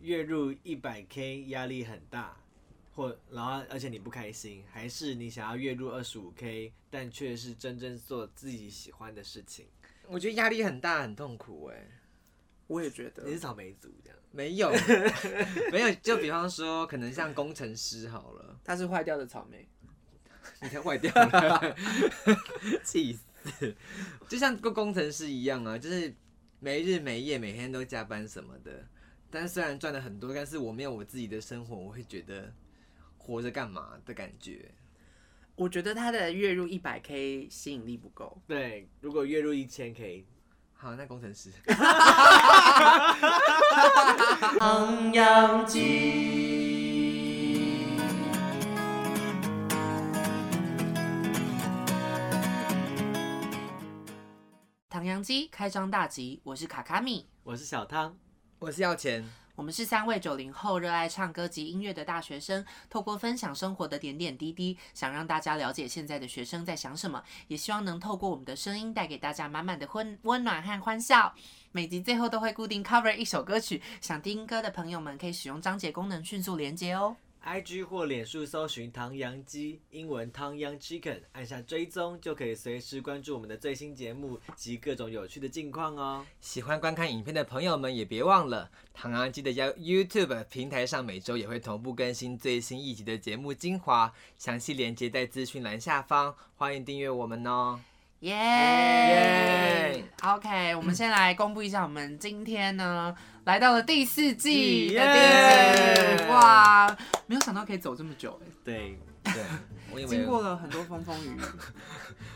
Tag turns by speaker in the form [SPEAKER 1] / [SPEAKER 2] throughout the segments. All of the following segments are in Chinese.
[SPEAKER 1] 月入一百 K 压力很大，或然后而且你不开心，还是你想要月入二十五 K，但却是真正做自己喜欢的事情？
[SPEAKER 2] 我觉得压力很大，很痛苦哎、
[SPEAKER 3] 我也觉得
[SPEAKER 1] 你是草莓族这样，
[SPEAKER 2] 没 有，没有，就比方说，可能像工程师好了，
[SPEAKER 3] 它是坏掉的草莓。
[SPEAKER 2] 你看坏掉 了，气死！就像个工程师一样啊，就是没日没夜，每天都加班什么的。但虽然赚了很多，但是我没有我自己的生活，我会觉得活着干嘛的感觉。
[SPEAKER 3] 我觉得它的月入一百 K 吸引力不够，
[SPEAKER 1] 对，如果月入一千 K，
[SPEAKER 2] 好，那工程师，
[SPEAKER 3] 昂扬鸡。唐扬鸡开张大吉，我是卡卡米，
[SPEAKER 1] 我是小汤，
[SPEAKER 2] 我是要钱，
[SPEAKER 3] 我们是三位九零后热爱唱歌及音乐的大学生，透过分享生活的点点滴滴，想让大家了解现在的学生在想什么，也希望能透过我们的声音带给大家满满的温温暖和欢笑。每集最后都会固定 cover 一首歌曲，想听歌的朋友们可以使用章节功能迅速连接哦。
[SPEAKER 1] IG 或脸书搜寻“唐扬鸡”，英文“ Tang Yang Chicken”，按下追踪就可以随时关注我们的最新节目及各种有趣的近况哦。
[SPEAKER 2] 喜欢观看影片的朋友们也别忘了，唐安基的 You- YouTube 平台上每周也会同步更新最新一集的节目精华，详细连接在资讯栏下方，欢迎订阅我们哦。
[SPEAKER 3] 耶、
[SPEAKER 2] 耶
[SPEAKER 3] o k 我们先来公布一下，我们今天呢来到了第四季的第一集
[SPEAKER 1] 耶
[SPEAKER 3] 哇，没有想到可以走这么久、
[SPEAKER 1] 对，
[SPEAKER 2] 对， 啊我以为
[SPEAKER 3] 经过了很多风风雨雨。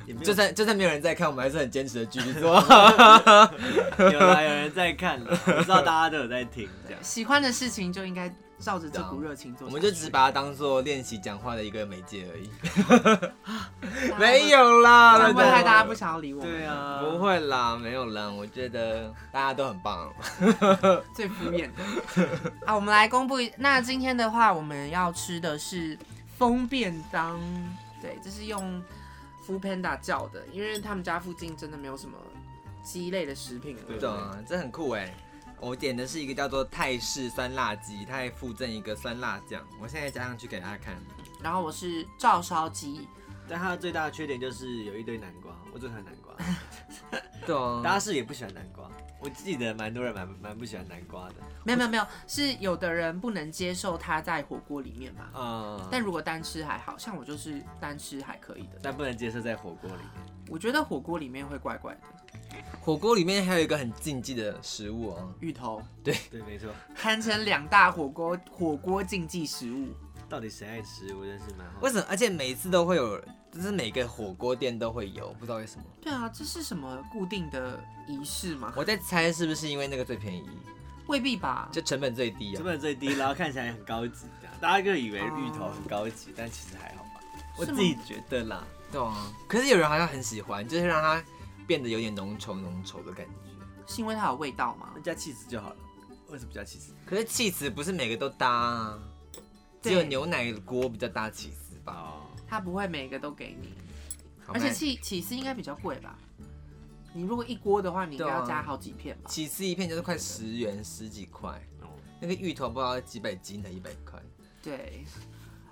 [SPEAKER 1] 也没有
[SPEAKER 2] 就算就算没有人在看，我们还是很坚持的继续 做。
[SPEAKER 1] 有啦，有人在看了，我知道大家都有在听，这 样。
[SPEAKER 3] 喜欢的事情就应该照着这股热情做
[SPEAKER 2] 我
[SPEAKER 3] 下
[SPEAKER 2] 们
[SPEAKER 3] 去。
[SPEAKER 2] 就只把它当做练习讲话的一个媒介 而已，
[SPEAKER 3] 大家
[SPEAKER 2] 没，有啦，
[SPEAKER 3] 会不会
[SPEAKER 2] 真的
[SPEAKER 3] 害大家不想要理我们？
[SPEAKER 1] 对啊，
[SPEAKER 2] 不会啦，没有啦，我觉得大家都很棒。
[SPEAKER 3] 最敷衍的。 啊，我们来公布一，那今天的话，我们要吃的是风便当，对，这是用 Food Panda 叫的，因为他们家附近真的没有什么鸡类的食品
[SPEAKER 1] 对
[SPEAKER 2] 对
[SPEAKER 3] 了。
[SPEAKER 2] 啊，这很酷哎。我点的是一个叫做泰式酸辣鸡，它还附赠一个酸辣酱，我现在加上去给大家看。
[SPEAKER 3] 然后我是照烧鸡，
[SPEAKER 1] 但它的最大的缺点就是有一堆南瓜，我最讨厌南瓜。
[SPEAKER 2] 对啊
[SPEAKER 1] 大家是不是也不喜欢南瓜，我记得蛮多人蛮蛮不喜欢南瓜的。
[SPEAKER 3] 没有没有没有，是有的人不能接受它在火锅里面吧？
[SPEAKER 1] 嗯，
[SPEAKER 3] 但如果单吃还好像我就是单吃还可以的，
[SPEAKER 1] 但不能接受在火锅里 面。
[SPEAKER 3] 我觉得火锅里面会怪怪的，
[SPEAKER 2] 火锅里面还有一个很禁忌的食物哦，
[SPEAKER 3] 芋头。
[SPEAKER 1] 对，没错。
[SPEAKER 3] 堪称两大火锅火锅禁忌食物。
[SPEAKER 1] 到底谁爱吃？我真是蛮好
[SPEAKER 2] 为。什么？而且每次都会有，就是每个火锅店都会有，不知道为什么。
[SPEAKER 3] 对啊，这是什么固定的仪式吗？
[SPEAKER 2] 我在猜是不是因为那个最便宜，
[SPEAKER 3] 未必吧。
[SPEAKER 2] 就成本最低啊
[SPEAKER 1] 成。本最低，然后看起来很高级，这样大家就以为芋头很高级，但其实还好吧。我
[SPEAKER 3] 是
[SPEAKER 1] 自
[SPEAKER 3] 吗
[SPEAKER 1] 己觉得啦，
[SPEAKER 2] 对啊，可是有人好像很喜欢，就是让它变得有点浓稠浓稠的感觉。
[SPEAKER 3] 是因为它有味道吗
[SPEAKER 1] 那？加气质就好了。为什么加气质？
[SPEAKER 2] 可是气死不是每个都搭啊，只
[SPEAKER 3] 对
[SPEAKER 2] 有牛奶锅比较搭起司吧。
[SPEAKER 1] 哦，
[SPEAKER 3] 它不会每个都给你，
[SPEAKER 2] 好
[SPEAKER 3] 而且
[SPEAKER 2] 卖
[SPEAKER 3] 起起司应该比较贵吧？你如果一锅的话，你应该
[SPEAKER 2] 对啊
[SPEAKER 3] 要加好几片吧？
[SPEAKER 2] 起司一片就是快十元十几块，
[SPEAKER 1] 哦
[SPEAKER 2] 那个芋头不知道几百斤才一百块。
[SPEAKER 3] 对，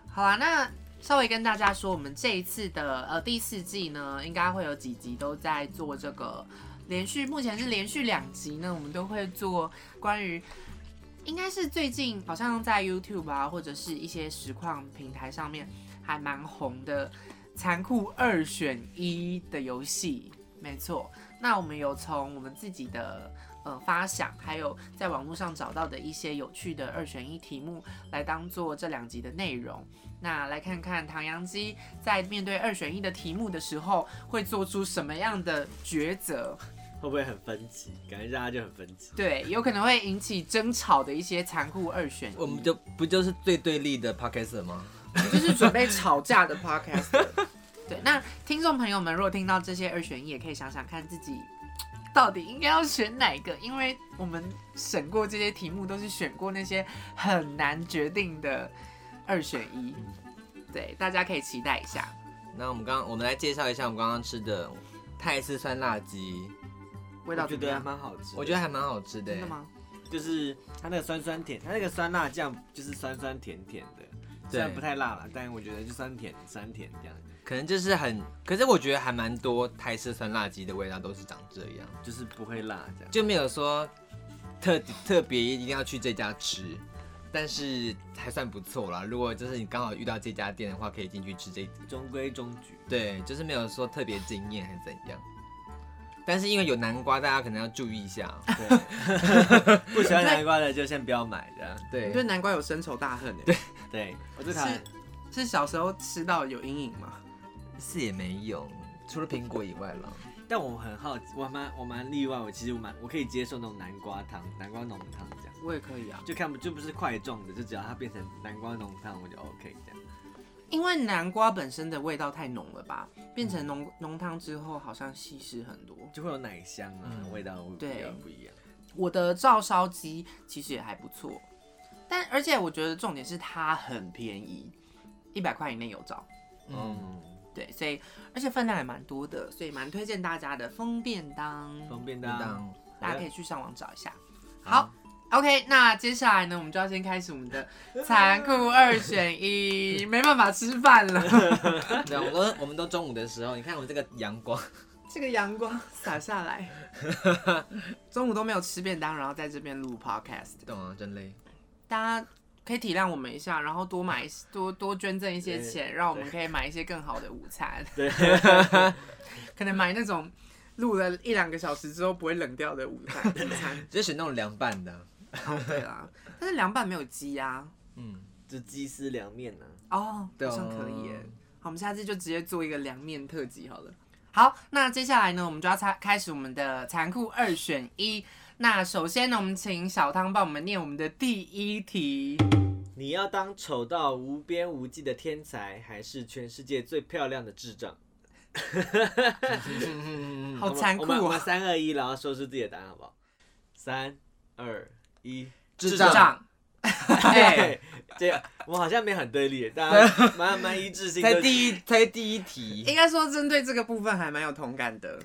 [SPEAKER 3] 好啊，那稍微跟大家说，我们这一次的呃第四季呢，应该会有几集都在做这个连续，目前是连续两集呢，我们都会做关于。应该是最近好像在 YouTube 啊，或者是一些实况平台上面还蛮红的《残酷二选一》的游戏，没错。那我们有从我们自己的呃发想，还有在网络上找到的一些有趣的二选一题目，来当做这两集的内容。那来看看唐扬基在面对二选一的题目的时候，会做出什么样的抉择？
[SPEAKER 1] 会不会很分歧？感觉大家就很分歧。
[SPEAKER 3] 对，有可能会引起争吵的一些残酷二选一。
[SPEAKER 2] 我们就不就是最对立的 p o c k e t 吗？
[SPEAKER 3] 就是准备吵架的 podcast。对，那听众朋友们，如果听到这些二选一，也可以想想看自己到底应该要选哪一个，因为我们审过这些题目，都是选过那些很难决定的二选一。对，大家可以期待一下。
[SPEAKER 2] 那我们刚我们来介绍一下我们刚刚吃的泰式酸辣鸡，
[SPEAKER 3] 味道
[SPEAKER 1] 我觉得
[SPEAKER 3] 怎么
[SPEAKER 1] 还
[SPEAKER 3] 样？
[SPEAKER 1] 蛮好吃的。
[SPEAKER 2] 我觉得还蛮好吃的。
[SPEAKER 3] 真的？吗？
[SPEAKER 1] 就是它那个酸酸甜，它那个酸辣酱就是酸酸甜甜的，虽然
[SPEAKER 2] 对
[SPEAKER 1] 不太辣了，但我觉得就酸甜酸甜这样，
[SPEAKER 2] 可能就是很，可是我觉得还蛮多台式酸辣鸡的味道都是长这样，
[SPEAKER 1] 就是不会辣这样。
[SPEAKER 2] 就没有说特特别一定要去这家吃，但是还算不错啦。如果就是你刚好遇到这家店的话，可以进去吃这
[SPEAKER 1] 中规中矩，
[SPEAKER 2] 对，就是没有说特别惊艳还是怎样。但是因为有南瓜，大家可能要注意一下。
[SPEAKER 1] 对， 不喜欢南瓜的就先不要买的。
[SPEAKER 2] 对，
[SPEAKER 3] 对南瓜有深仇大恨哎、
[SPEAKER 1] 对我最讨厌
[SPEAKER 3] 是是小时候吃到有阴影吗？
[SPEAKER 2] 是也没有，除了苹果以外了。
[SPEAKER 1] 但我很好奇，我蛮我蛮例外，我其实我蛮我可以接受那种南瓜汤、南瓜浓汤这样，
[SPEAKER 3] 我也可以啊，
[SPEAKER 1] 就看不就不是块状的，就只要它变成南瓜浓汤，我就 OK 这样。
[SPEAKER 3] 因为南瓜本身的味道太浓了吧，变成浓浓汤之后好像稀释很多。
[SPEAKER 1] 就会有奶香啊，
[SPEAKER 2] 嗯
[SPEAKER 1] 味道会比
[SPEAKER 3] 对
[SPEAKER 1] 较不一样。
[SPEAKER 3] 我的照烧鸡其实也还不错，但而且我觉得重点是它很便宜，一百块以内有找。
[SPEAKER 2] 嗯，
[SPEAKER 1] 嗯，
[SPEAKER 3] 对，所以而且分量也蛮多的，所以蛮推荐大家的风便当，
[SPEAKER 1] 方便
[SPEAKER 2] 当
[SPEAKER 1] 当，
[SPEAKER 3] 大家可以去上网找一下。好。OK，那接下来呢，我们就要先开始我们的残酷二选 一，没办法吃饭了。
[SPEAKER 2] 对，啊我们都我们都中午的时候，你看我们这个阳光，
[SPEAKER 3] 这个阳光洒下 来，中午都没有吃便当，然后在这边录 Podcast，
[SPEAKER 2] 懂啊，真累。
[SPEAKER 3] 大家可以体谅我们一下，然后多买多多捐赠一些
[SPEAKER 1] 对
[SPEAKER 3] 钱，让我们可以买一些更好的午餐，
[SPEAKER 1] 对，
[SPEAKER 3] 可能买那种录了一两个小时之后不会冷掉的午餐。午餐
[SPEAKER 2] 就选那种凉拌的啊，
[SPEAKER 3] 对啦，但是凉拌没有鸡啊。
[SPEAKER 2] 嗯，
[SPEAKER 1] 就鸡丝凉面呢、
[SPEAKER 3] 哦，
[SPEAKER 2] 对
[SPEAKER 3] 好
[SPEAKER 2] 啊
[SPEAKER 3] 像可以耶。好，我们下次就直接做一个凉面特辑好了。好，那接下来呢，我们就要开开始我们的残酷二选一。那首先呢，我们请小汤帮我们念我们的第一题。
[SPEAKER 1] 你要当丑到无边无际的天才，还是全世界最漂亮的智障？
[SPEAKER 2] 嗯
[SPEAKER 3] 好残酷
[SPEAKER 1] 我们我们
[SPEAKER 3] 啊！
[SPEAKER 1] 三二一，然后说出自己的答案好不好？三二一，
[SPEAKER 2] 智
[SPEAKER 1] 障
[SPEAKER 2] 障，
[SPEAKER 3] 哎，
[SPEAKER 1] 对，这样我们好像没很对立，大家蛮蛮一致性
[SPEAKER 2] 才
[SPEAKER 1] 的。
[SPEAKER 2] 第一才第一题，
[SPEAKER 3] 应该说针对这个部分还蛮有同感的。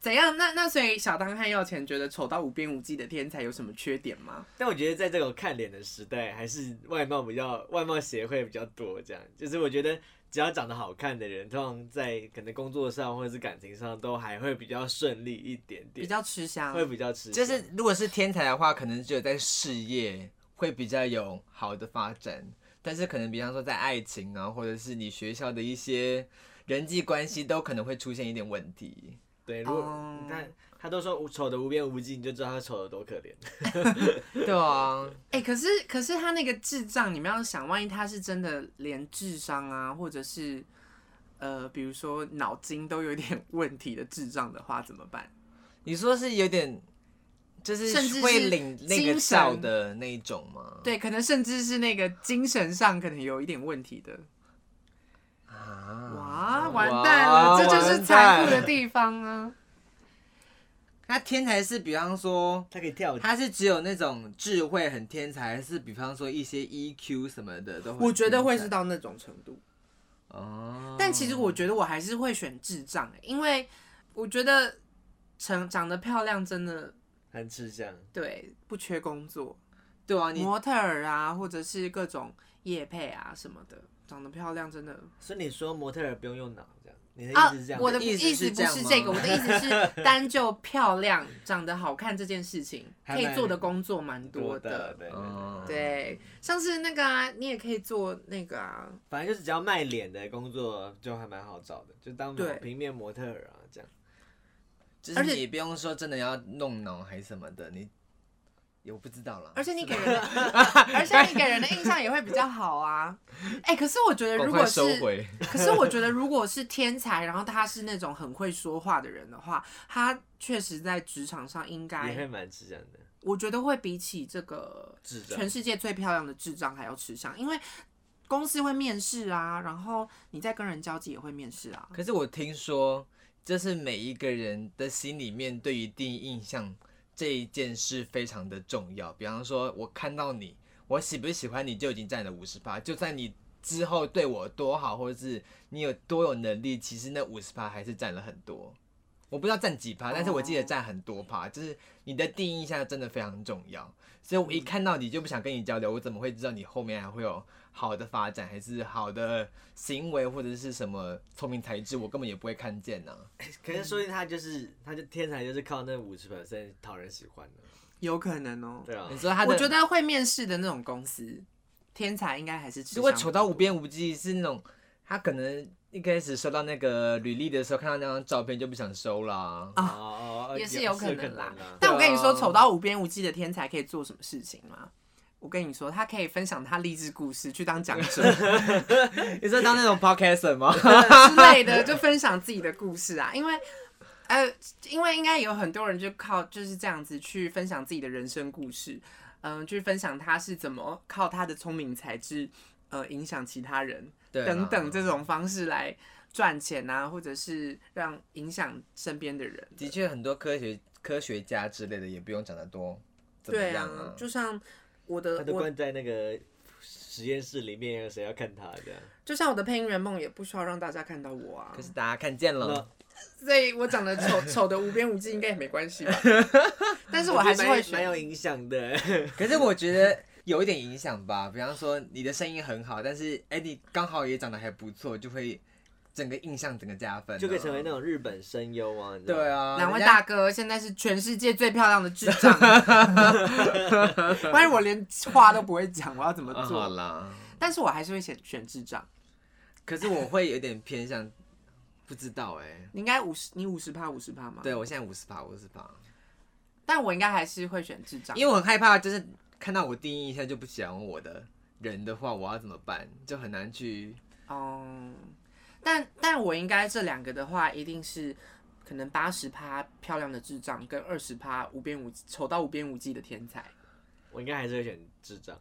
[SPEAKER 3] 怎样？那那所以小汤和要钱觉得丑到无边无际的天才有什么缺点吗？
[SPEAKER 1] 但我觉得在这种看脸的时代，还是外貌比较外貌协会比较多。这样就是我觉得只要长得好看的人，通常在可能工作上或者是感情上都还会比较顺利一点
[SPEAKER 3] 比
[SPEAKER 1] 点，
[SPEAKER 3] 较吃香
[SPEAKER 1] 会，比较吃香。
[SPEAKER 2] 就是如果是天才的话，可能只有在事业会比较有好的发展，但是可能比方说在爱情啊，或者是你学校的一些人际关系，都可能会出现一点问题。
[SPEAKER 1] 对，如果
[SPEAKER 3] 哦
[SPEAKER 1] 他、他都说丑的无边无际，你就知道他丑的多可 怜。
[SPEAKER 2] 对啊，
[SPEAKER 3] 哎、可是可是他那个智障，你们要想，万一他是真的连智商啊，或者是呃，比如说脑筋都有点 问题的智障的话，怎么办？
[SPEAKER 2] 你说是有点，就是
[SPEAKER 3] 甚至是
[SPEAKER 2] 会领那个
[SPEAKER 3] 精神
[SPEAKER 2] 笑的那一种吗？
[SPEAKER 3] 对，可能甚至是那个精神上可能有一点问题的。
[SPEAKER 2] 啊，
[SPEAKER 3] 哇，完蛋了，
[SPEAKER 2] 哇
[SPEAKER 3] 这就是残酷
[SPEAKER 2] 完
[SPEAKER 3] 的
[SPEAKER 2] 蛋
[SPEAKER 3] 地方啊！
[SPEAKER 2] 那天才是比方说。
[SPEAKER 1] 他可以跳，
[SPEAKER 2] 他是只有那种智慧很天才，还是比方说一些 EQ 什么的都很天才？
[SPEAKER 3] 我觉得会是到那种程度，
[SPEAKER 2] 哦。
[SPEAKER 3] 但其实我觉得我还是会选智障、欸因为我觉得成长得漂亮真的
[SPEAKER 1] 很吃香。
[SPEAKER 3] 对不缺工作，
[SPEAKER 2] 对啊，你
[SPEAKER 3] 模特儿啊，或者是各种夜配啊什么的，长得漂亮真的
[SPEAKER 1] 所以你说模特儿不用用脑，这样你的意
[SPEAKER 3] 啊
[SPEAKER 1] 哎思是这样？，
[SPEAKER 3] 我的
[SPEAKER 2] 意思
[SPEAKER 3] 意
[SPEAKER 2] 是
[SPEAKER 3] 思不
[SPEAKER 2] 这样
[SPEAKER 3] 是
[SPEAKER 2] 吗
[SPEAKER 3] 这个，我的意思是单就漂亮、长得好看这件事情，
[SPEAKER 1] 还
[SPEAKER 3] 可以
[SPEAKER 1] 蛮
[SPEAKER 3] 做的工作蛮
[SPEAKER 1] 多
[SPEAKER 3] 多
[SPEAKER 1] 的，
[SPEAKER 3] 的。
[SPEAKER 1] 对对
[SPEAKER 2] 哦
[SPEAKER 3] 嗯
[SPEAKER 1] 对，
[SPEAKER 3] 对，像是那个啊，你也可以做那个啊，
[SPEAKER 1] 反正就是只要卖脸的工作就还蛮好找的，就当
[SPEAKER 3] 对
[SPEAKER 1] 平面模特儿啊这样。
[SPEAKER 2] 就
[SPEAKER 3] 而
[SPEAKER 2] 是
[SPEAKER 3] 且
[SPEAKER 2] 你不用说真的要弄脑还是什么的，你我不知道啦。
[SPEAKER 3] 而且你给人的， 而且你给人的印象也会比较好啊。哎、可是我觉 得
[SPEAKER 2] 赶
[SPEAKER 3] 如
[SPEAKER 2] 快
[SPEAKER 3] 果是
[SPEAKER 2] 收回，
[SPEAKER 3] 可是我觉得，如果是天才，然后他是那种很会说话的人的话，他确实在职场上应
[SPEAKER 1] 也会
[SPEAKER 3] 该，
[SPEAKER 1] 蛮吃香的，
[SPEAKER 3] 我觉得会比起这个
[SPEAKER 1] 智障
[SPEAKER 3] 全世界最漂亮的智障还要吃香，因为公司会面试啊，然后你在跟人交际也会面试啊。
[SPEAKER 2] 可是我听说，这是每一个人的心里面对于第一印象这一件事非常的重要。比方说，我看到你，我喜不喜欢你就已经占了五十趴，就算你之后对我多好，或者是你有多有能力，其实那五十趴还是占了很多。我不知道占几趴，但是我记得占很多趴，就是你的第一印象真的非常重要。所以我一看到你就不想跟你交流，我怎么会知道你后面还会有好的发展，还是好的行为，或者是什么聪明才智，我根本也不会看见呢、
[SPEAKER 1] 可是说不定他就是，他就天才，就是靠那五十 percent 讨人喜欢的，
[SPEAKER 3] 有可能哦。
[SPEAKER 1] 对啊
[SPEAKER 2] 你，说他的，
[SPEAKER 3] 我觉得会面试的那种公司，天才应该还是
[SPEAKER 2] 如果丑到无边无际，是那种他可能一开始收到那个履历的时候，看到那张照片就不想收啦。
[SPEAKER 3] 啊
[SPEAKER 1] 哦哦
[SPEAKER 3] 也是有可能啦。但
[SPEAKER 2] 对
[SPEAKER 3] 我跟你说，
[SPEAKER 2] 啊
[SPEAKER 3] 丑到无边无际的天才可以做什么事情吗？我跟你说，他可以分享他励志故事，去当讲者
[SPEAKER 2] 你说当那种 podcaster 吗？
[SPEAKER 3] 之类的，就分享自己的故事啊。因为，呃，因为应该有很多人就靠就是这样子去分享自己的人生故事，嗯、去分享他是怎么靠他的聪明才智，呃，影响其他人。
[SPEAKER 2] 对啊
[SPEAKER 3] 等等这种方式来赚钱啊，或者是让影响身边的人。
[SPEAKER 2] 的确，很多科学科学家之类的也不用讲得多，怎么
[SPEAKER 3] 对
[SPEAKER 2] 样
[SPEAKER 3] 啊，就像我
[SPEAKER 1] 他
[SPEAKER 3] 的
[SPEAKER 1] 都
[SPEAKER 3] 我
[SPEAKER 1] 关在那个实验室里面，有谁要看他这样？
[SPEAKER 3] 就像我的配音员梦也不需要让大家看到我啊
[SPEAKER 2] 可，是大家看见了，
[SPEAKER 3] 所以我长得丑丑的无边无际应该也没关系 吧。但是我还是会
[SPEAKER 1] 蛮蛮有
[SPEAKER 3] 选，
[SPEAKER 1] 影响的。
[SPEAKER 2] 可是我觉得有一点影响吧。比方说你的声音很好，但是哎、你刚好也长得还不错，就会整个印象整个加分啊、
[SPEAKER 1] 就可以
[SPEAKER 3] 嗯
[SPEAKER 1] 成为那种日本声优啊，你知道吗
[SPEAKER 2] 对，啊，
[SPEAKER 3] 两位
[SPEAKER 2] 人家
[SPEAKER 3] 大哥现在是全世界最漂亮的智 障，关于我连话都不会讲，我要怎么
[SPEAKER 2] 嗯好
[SPEAKER 3] 做？
[SPEAKER 2] 啦。
[SPEAKER 3] 但是我还是会选选智障。
[SPEAKER 2] 可是我会有点偏向，不知道哎、
[SPEAKER 3] 你应该五十，你五十趴五十趴吗？
[SPEAKER 2] 对，我现在五十趴，五十趴，
[SPEAKER 3] 但我应该还是会选智障，
[SPEAKER 2] 因为我很害怕，就是看到我第一印象就不喜欢我的人的话，我要怎么办？就很难去。
[SPEAKER 3] 哦、但但我应该这两个的话，一定是可能八十趴漂亮的智障跟二十趴无边无际丑到无边无际的天 才。
[SPEAKER 1] 我应该还是会选智障，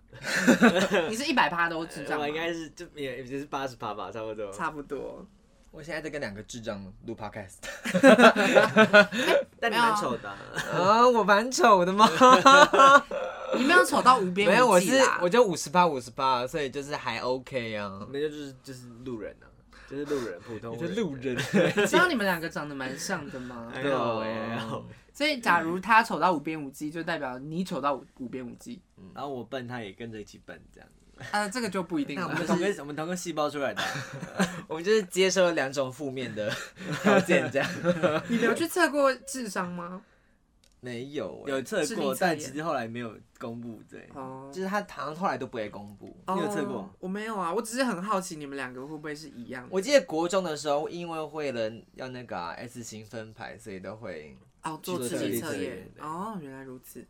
[SPEAKER 3] 你是一百趴都智障吗
[SPEAKER 1] 我应该是就也也就是八十趴吧，差不多。
[SPEAKER 3] 差不多。
[SPEAKER 2] 我现在在跟两个智障录 podcast
[SPEAKER 1] 但你蛮丑 的啊、
[SPEAKER 2] 啊，我蛮丑的吗？
[SPEAKER 3] 你没有丑到无 边
[SPEAKER 2] 没有，
[SPEAKER 3] 无
[SPEAKER 2] 我
[SPEAKER 3] 际
[SPEAKER 2] 是
[SPEAKER 3] 啦
[SPEAKER 2] 我。就五十趴，五十趴，所以就是还 OK 啊。
[SPEAKER 1] 没有就是就是路人啊，就是路人，普通
[SPEAKER 2] 你是路 人，
[SPEAKER 3] 知道你们两个长得蛮像的吗？
[SPEAKER 1] 还好哎，还 好欸。
[SPEAKER 3] 所
[SPEAKER 2] 嗯
[SPEAKER 3] 以假如他丑到无边无际，就代表你丑到无无边无际。
[SPEAKER 1] 然后我笨，他也跟着一起笨，这样。
[SPEAKER 3] 呃，这个就不一定
[SPEAKER 2] 那我
[SPEAKER 1] 我
[SPEAKER 3] 了
[SPEAKER 1] 们
[SPEAKER 2] 们。
[SPEAKER 1] 同个我们同个细胞出来的啊，
[SPEAKER 2] 我们就是接受了两种负面的条件，这样
[SPEAKER 3] 你们有去测过智商吗？
[SPEAKER 2] 没有欸
[SPEAKER 1] 有测
[SPEAKER 3] 哦智力测
[SPEAKER 1] 过
[SPEAKER 3] 验，
[SPEAKER 1] 但其实后来没有公布，对。
[SPEAKER 3] 哦
[SPEAKER 2] 就是他好像后来都不会公布。
[SPEAKER 1] 你有测过
[SPEAKER 3] 哦我没有啊，我只是很好奇你们两个会不会是一样的。
[SPEAKER 2] 我记得国中的时候，因为会了要那个、啊、S 型分牌，所以都会
[SPEAKER 3] 哦，做
[SPEAKER 1] 做
[SPEAKER 3] 智
[SPEAKER 1] 智
[SPEAKER 3] 力
[SPEAKER 1] 力
[SPEAKER 3] 测
[SPEAKER 1] 测
[SPEAKER 3] 验
[SPEAKER 1] 验。对
[SPEAKER 3] 哦，原来如此。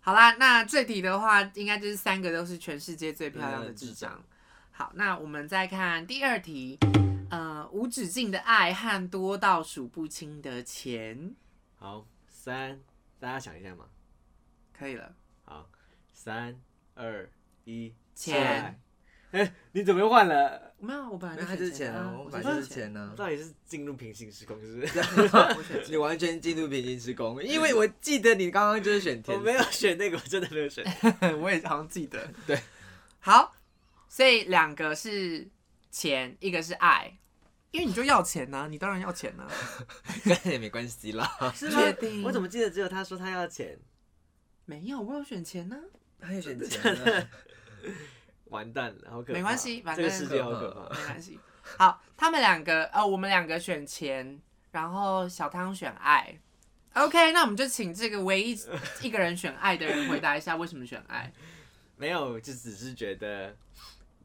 [SPEAKER 3] 好啦，那这题的话，应该就是三个都是全世界最漂亮
[SPEAKER 2] 嗯
[SPEAKER 3] 的智
[SPEAKER 1] 漂
[SPEAKER 3] 障。好，那我们再看第二题，呃，无止境的爱和多到数不清的钱，
[SPEAKER 1] 好，三，大家想一下嘛。
[SPEAKER 3] 可以了。
[SPEAKER 1] 好，三二一，
[SPEAKER 3] 钱
[SPEAKER 1] 出来。 哎，你怎么又换了？
[SPEAKER 3] 没有，我本来
[SPEAKER 2] 那他
[SPEAKER 3] 就
[SPEAKER 2] 就是哦钱啊，我
[SPEAKER 3] 我
[SPEAKER 2] 本
[SPEAKER 1] 说
[SPEAKER 2] 来就
[SPEAKER 3] 就是
[SPEAKER 2] 钱啊。
[SPEAKER 1] 到底是进入平行时空是不是？
[SPEAKER 3] 我选啊钱
[SPEAKER 2] 你完全进入平行时空，因为我记得你刚刚就是选
[SPEAKER 1] 我
[SPEAKER 2] 填
[SPEAKER 1] 没有选那个，我真的没有选。
[SPEAKER 3] 哎 我也好像记得。
[SPEAKER 2] 对，
[SPEAKER 3] 好，所以两个是钱，一个是爱，因为你就要钱呐、你当然要 钱呐、
[SPEAKER 2] 跟也没关系啦。
[SPEAKER 1] 是
[SPEAKER 3] 确定
[SPEAKER 1] 我怎么记得只有他说他要钱？
[SPEAKER 3] 没有，我有选钱呐、
[SPEAKER 2] 他也选钱了，
[SPEAKER 1] 完蛋了，好可怕！啊
[SPEAKER 3] 没关系反
[SPEAKER 1] 这
[SPEAKER 3] 正
[SPEAKER 1] 个世界好可怕。
[SPEAKER 3] 没关系。好，他们两个，呃，我们两个选钱，然后小汤选爱。OK，那我们就请这个唯一一个人选爱的人回答一下为什么选爱。
[SPEAKER 1] 没有，就只是觉得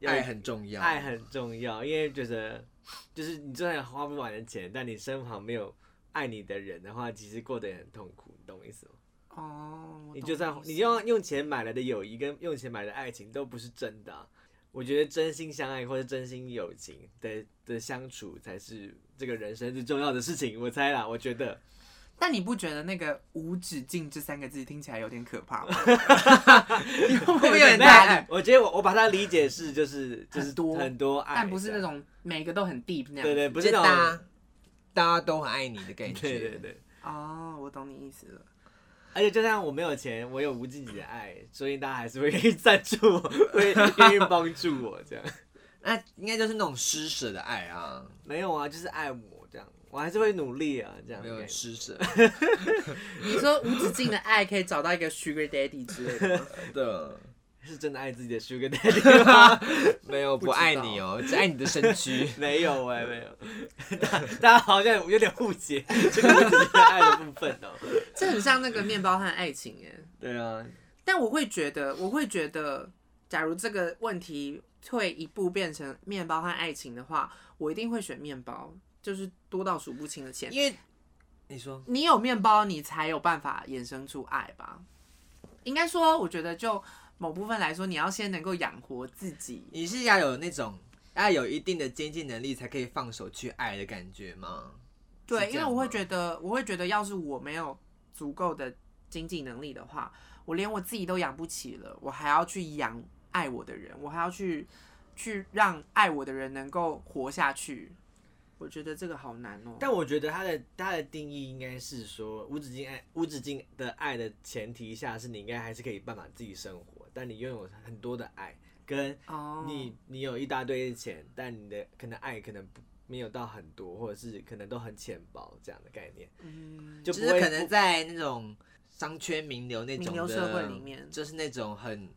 [SPEAKER 1] 要
[SPEAKER 2] 爱很重要，
[SPEAKER 1] 爱很重要，因为觉得就是你就算有花不完的钱，但你身旁没有爱你的人的话，其实过得也很痛苦，你懂我意思吗？
[SPEAKER 3] 哦，我懂
[SPEAKER 1] 你就算
[SPEAKER 3] 意思
[SPEAKER 1] 你用用钱买来的友谊跟用钱买来的爱情都不是真的啊、我觉得真心相爱或者真心友情的的相处才是这个人生最重要的事情，我猜啦，我觉得。
[SPEAKER 3] 但你不觉得那个“无止境”这三个字听起来有点可怕吗？ 你 会不会有点
[SPEAKER 1] 没
[SPEAKER 3] 太爱
[SPEAKER 1] 有，？哎我觉得我我把它理解是就是就是
[SPEAKER 3] 很多
[SPEAKER 1] 很多爱，
[SPEAKER 3] 但不是那
[SPEAKER 1] 这样
[SPEAKER 3] 种每个都很 deep 那样。
[SPEAKER 1] 对对，不是那
[SPEAKER 2] 就大
[SPEAKER 1] 种
[SPEAKER 2] 家大家都很爱你的感觉。
[SPEAKER 1] 对对对。
[SPEAKER 3] 哦，我懂你意思了。
[SPEAKER 1] 而且就算我没有钱，我有无尽己的爱，所以大家还是会愿意赞助我，会 愿意帮助我这样。
[SPEAKER 2] 那应该就是那种施舍的爱啊。
[SPEAKER 1] 没有啊，就是爱我这样。我还是会努力啊，这样
[SPEAKER 2] 没
[SPEAKER 1] 的
[SPEAKER 2] 有
[SPEAKER 1] 感觉
[SPEAKER 2] 施舍，
[SPEAKER 3] 你说无止境的爱可以找到一个 Sugar Daddy 之类的吗？
[SPEAKER 2] 的
[SPEAKER 1] 是真的爱自己的 Sugar Daddy 吗。
[SPEAKER 2] 没有不
[SPEAKER 3] 不知
[SPEAKER 2] 爱
[SPEAKER 3] 道
[SPEAKER 2] 你哦，只爱你的身躯
[SPEAKER 1] 没 有哎、没有， 大大家好像有点误解 这个我只是爱的部分 哦、
[SPEAKER 3] 这很像那个面包和爱情耶。
[SPEAKER 1] 对啊，
[SPEAKER 3] 但我会觉得，我会觉得，假如这个问题退一步变成面包和爱情的话，我一定会选面包，就是多到数不清的钱。
[SPEAKER 2] 因为你说
[SPEAKER 3] 你有面包，你才有办法衍生出爱吧？应该说，我觉得就某部分来说，你要先能够养活自己。
[SPEAKER 2] 你是要有那种要有一定的经济能力才可以放手去爱的感觉吗？
[SPEAKER 3] 对，
[SPEAKER 2] 是这
[SPEAKER 3] 因为
[SPEAKER 2] 样
[SPEAKER 3] 我会
[SPEAKER 2] 吗
[SPEAKER 3] 觉得，我会觉得，要是我没有足够的经济能力的话，我连我自己都养不起了，我还要去养爱我的人，我还要去去让爱我的人能够活下去。我觉得这个好难哦。
[SPEAKER 1] 但我觉得它的它的定义应该是说无止境爱无止境的爱的前提下，是你应该还是可以办法自己生活，但你拥有很多的爱，跟
[SPEAKER 3] 哦，
[SPEAKER 1] 你你有一大堆的钱，但你的可能爱可能不没有到很多，或者是可能都很浅薄这样的概念，
[SPEAKER 3] 嗯，
[SPEAKER 1] 就
[SPEAKER 2] 就
[SPEAKER 1] 不
[SPEAKER 2] 是
[SPEAKER 1] 会
[SPEAKER 2] 可能在那种商圈名流那种的
[SPEAKER 3] 名流社会里面
[SPEAKER 2] 就是那种很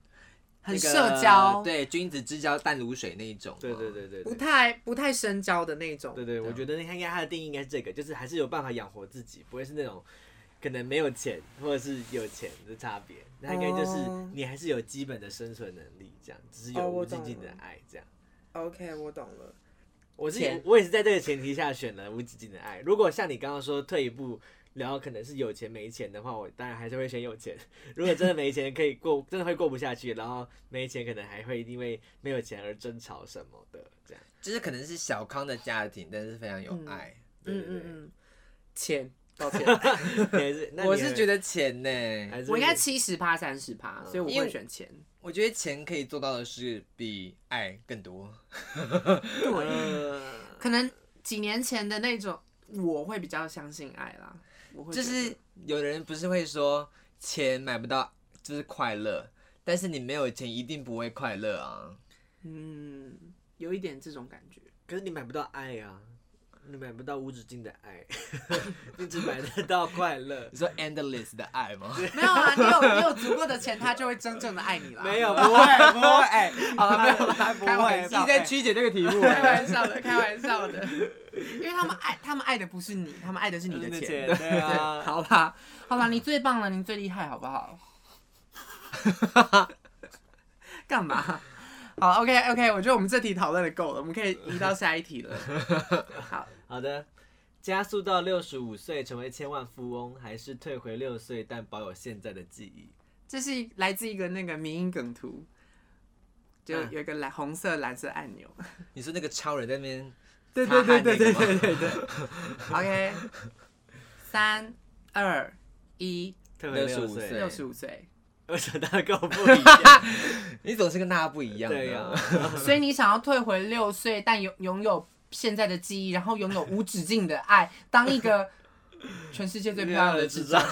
[SPEAKER 3] 很
[SPEAKER 2] 那个
[SPEAKER 3] 社交，
[SPEAKER 2] 对君子之交淡如水那一种吗。
[SPEAKER 1] 对对对对
[SPEAKER 3] 不
[SPEAKER 1] 对。
[SPEAKER 3] 太不太深交的那种。
[SPEAKER 1] 对对，我觉得他应该他的定义应该是这个，就是还是有办法养活自己，不会是那种可能没有钱或者是有钱的差别。那应该就是
[SPEAKER 3] 哦
[SPEAKER 1] 你还是有基本的生存能力，这样，只是有
[SPEAKER 3] 哦我
[SPEAKER 1] 无止
[SPEAKER 3] 懂
[SPEAKER 1] 境的
[SPEAKER 3] 了
[SPEAKER 1] 爱这样。
[SPEAKER 3] OK，我懂了。
[SPEAKER 1] 我是
[SPEAKER 3] 钱
[SPEAKER 1] 我也是在这个前提下选了无止境的爱。如果像你刚刚说退一步，然后可能是有钱没钱的话，我当然还是会选有钱。如果真的没钱，可以过，真的会过不下去，然后没钱可能还会因为没有钱而争吵什么的，这样。
[SPEAKER 2] 就是可能是小康的家庭，但是非常有
[SPEAKER 3] 嗯
[SPEAKER 2] 爱。
[SPEAKER 1] 对
[SPEAKER 3] 嗯
[SPEAKER 1] 对
[SPEAKER 3] 嗯
[SPEAKER 1] 对
[SPEAKER 3] 嗯，钱，抱 歉，
[SPEAKER 1] 你还是，那
[SPEAKER 2] 我是觉
[SPEAKER 1] 得
[SPEAKER 2] 得钱呢，
[SPEAKER 1] 还是
[SPEAKER 3] 我应该七十趴三十趴，所以我
[SPEAKER 2] 因
[SPEAKER 3] 会
[SPEAKER 2] 为
[SPEAKER 3] 选钱。
[SPEAKER 2] 我觉得钱可以做到的是比爱更多。
[SPEAKER 1] 对，
[SPEAKER 3] 可能几年前的那种，我会比较相信爱啦。我会
[SPEAKER 2] 就
[SPEAKER 3] 觉
[SPEAKER 2] 是
[SPEAKER 3] 得
[SPEAKER 2] 有人不是会说钱买不到就是快乐，但是你没有钱一定不会快乐啊。
[SPEAKER 3] 嗯，有一点这种感觉。
[SPEAKER 1] 可是你买不到爱啊，你买不到无止境的爱， 你只买得到快 乐。
[SPEAKER 2] 你说 endless 的爱吗？
[SPEAKER 3] 没有啊，你有你有足够的钱，他就会真正的爱 你啦。
[SPEAKER 1] 没有，不会，不会，哎
[SPEAKER 2] 好了，没有啦，
[SPEAKER 1] 还不
[SPEAKER 3] 开
[SPEAKER 1] 会
[SPEAKER 3] 玩
[SPEAKER 2] 你
[SPEAKER 3] 笑哎
[SPEAKER 2] 在曲解这个题目。
[SPEAKER 3] 开玩笑的，开玩笑的。因为他们爱，他们爱的不是你，他们爱的是你
[SPEAKER 2] 嗯
[SPEAKER 3] 的
[SPEAKER 1] 你的
[SPEAKER 3] 钱。
[SPEAKER 1] 钱，对啊，
[SPEAKER 3] 对，好啦，好啦，你最棒了，你最厉害，好不好？ 干嘛？好，OK OK，我觉得我们这题讨论的够了，我们可以移到下一题了。好，
[SPEAKER 1] 好的，加速到六十五岁成为千万富翁，还是退回六岁但保有现在的记忆？
[SPEAKER 3] 这是来自一个那个民音梗图，就
[SPEAKER 2] 啊
[SPEAKER 1] 嗯
[SPEAKER 3] 有一个蓝红色蓝色按钮。
[SPEAKER 2] 你说那个超人在那边，
[SPEAKER 3] 对
[SPEAKER 2] 对对对对对
[SPEAKER 3] 对对。OK，三二一，
[SPEAKER 1] 退回六
[SPEAKER 2] 65岁
[SPEAKER 1] 岁，
[SPEAKER 3] 六十五岁，
[SPEAKER 1] 为什么大家跟我不一 样？
[SPEAKER 2] 你总是跟大家不一样
[SPEAKER 1] 对
[SPEAKER 2] 的
[SPEAKER 1] 呀、
[SPEAKER 2] 啊。
[SPEAKER 3] 所以你想要退回六岁，但拥拥有现在的记忆，然后拥有无止境的爱，当一 个全世界最漂
[SPEAKER 2] 啊
[SPEAKER 3] 亮的智障。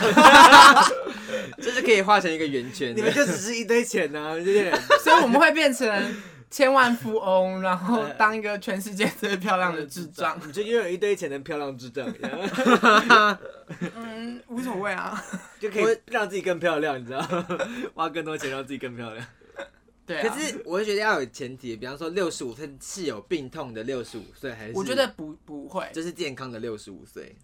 [SPEAKER 2] 就是可以画成一个圆圈
[SPEAKER 1] 你们
[SPEAKER 2] 的。
[SPEAKER 1] 就只是一堆钱呐、啊，就是
[SPEAKER 3] 所以我们会变成千万富翁，然后当一个全世界最漂亮的 智障。
[SPEAKER 1] 你就拥有一堆钱的漂亮智障一样，
[SPEAKER 3] 嗯，无所谓啊。
[SPEAKER 1] 就可以让自己更漂亮，你知道吗？ 花更多钱让自己更漂亮。
[SPEAKER 3] 对啊
[SPEAKER 2] 可是我觉得要有前提，比方说六十五岁是有病痛的六十五岁，还是
[SPEAKER 3] 我觉得不不会。
[SPEAKER 2] 就是健康的六十五岁。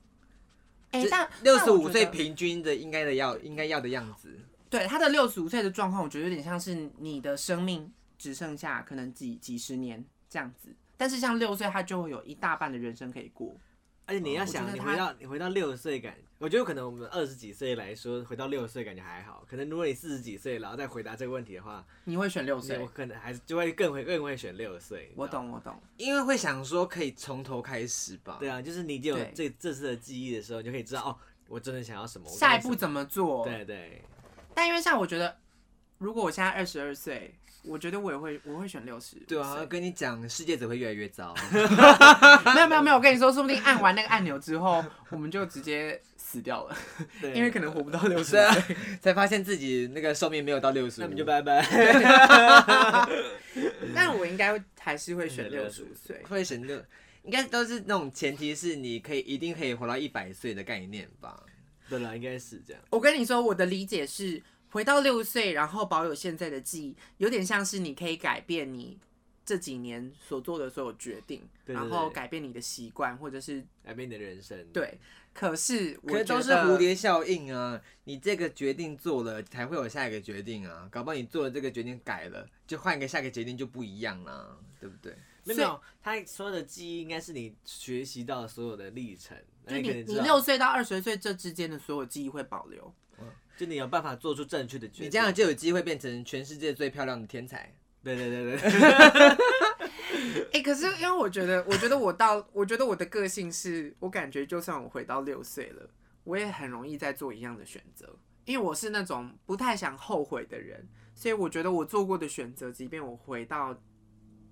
[SPEAKER 3] 哎、但
[SPEAKER 2] 六十五岁
[SPEAKER 3] 但我觉得
[SPEAKER 2] 平均的应该的要应该要的样子。
[SPEAKER 3] 对他的六十五岁的状况，我觉得有点像是你的生命只剩下可能几几十年这样子。但是像六岁，他就会有一大半的人生可以过。
[SPEAKER 1] 而且你要
[SPEAKER 3] 嗯我
[SPEAKER 1] 想，
[SPEAKER 3] 觉得
[SPEAKER 1] 你
[SPEAKER 3] 他
[SPEAKER 1] 回到你回到六十岁感，我觉得可能我们二十几岁来说，回到六十岁感觉还好。可能如果你四十几岁，然后再回答这个问题的话，
[SPEAKER 3] 你会选六岁
[SPEAKER 1] 我？可能还是就会更会更会选六岁。你知道
[SPEAKER 3] 我
[SPEAKER 1] 吗
[SPEAKER 3] 懂，我懂。
[SPEAKER 2] 因为会想说可以从头开始吧。
[SPEAKER 1] 对啊，就是你已经有
[SPEAKER 3] 对
[SPEAKER 1] 这这次的记忆的时候，你就可以知道哦，我真的想要什么。我
[SPEAKER 3] 下一
[SPEAKER 1] 该
[SPEAKER 3] 步
[SPEAKER 1] 什
[SPEAKER 3] 怎么
[SPEAKER 1] 么？
[SPEAKER 3] 做？
[SPEAKER 1] 对对，
[SPEAKER 3] 但因为像我觉得，如果我现在二十二岁，我觉得我也会，我会选六十。
[SPEAKER 2] 对啊，跟你讲，世界只会越来越糟。
[SPEAKER 3] 没有没有没有，我跟你说，说不定按完那个按钮之后，我们就直接死掉了，
[SPEAKER 1] 对
[SPEAKER 3] 因为可能活不到六十
[SPEAKER 2] 对。啊， 才发现自己那个寿命没有到六十
[SPEAKER 1] 那我
[SPEAKER 2] 五
[SPEAKER 1] 们就拜拜。
[SPEAKER 3] 但我应该还是会选
[SPEAKER 1] 选
[SPEAKER 3] 六
[SPEAKER 1] 65
[SPEAKER 3] 十五岁。
[SPEAKER 2] 会省六。应该都是那种前提是你可以一定可以活到一百岁的概念吧？
[SPEAKER 1] 对啦，应该是这样。
[SPEAKER 3] 我跟你说，我的理解是，回到六岁，然后保有现在的记忆，有点像是你可以改变你这几年所做的所有决定，
[SPEAKER 1] 对对
[SPEAKER 3] 然后
[SPEAKER 1] 对
[SPEAKER 3] 改变你的习惯，或者是
[SPEAKER 1] 改变你的人生。
[SPEAKER 3] 对。可是我
[SPEAKER 2] 可是都
[SPEAKER 3] 觉
[SPEAKER 2] 是
[SPEAKER 3] 得
[SPEAKER 2] 蝴蝶效应啊！你这个决定做了，才会有下一个决定啊。搞不好你做了这个决定改了，就换一个下一个决定就不一样啦，对不对？
[SPEAKER 1] 没有，没
[SPEAKER 3] 所以
[SPEAKER 1] 有，他说的记忆应该是你学习到的所有的历程，那
[SPEAKER 3] 就
[SPEAKER 1] 可
[SPEAKER 3] 你
[SPEAKER 1] 能知
[SPEAKER 3] 你
[SPEAKER 1] 道
[SPEAKER 3] 六岁到二十岁这之间的所有记忆会保留。
[SPEAKER 1] 就你有办法做出正确的决定。
[SPEAKER 2] 你这样就有机会变成全世界最漂亮的天才。
[SPEAKER 1] 对对对对，
[SPEAKER 3] 哎、可是因为我觉得，我觉得我到，我觉得我的个性是，我感觉就算我回到六岁了，我也很容易再做一样的选择，因为我是那种不太想后悔的人，所以我觉得我做过的选择，即便我回到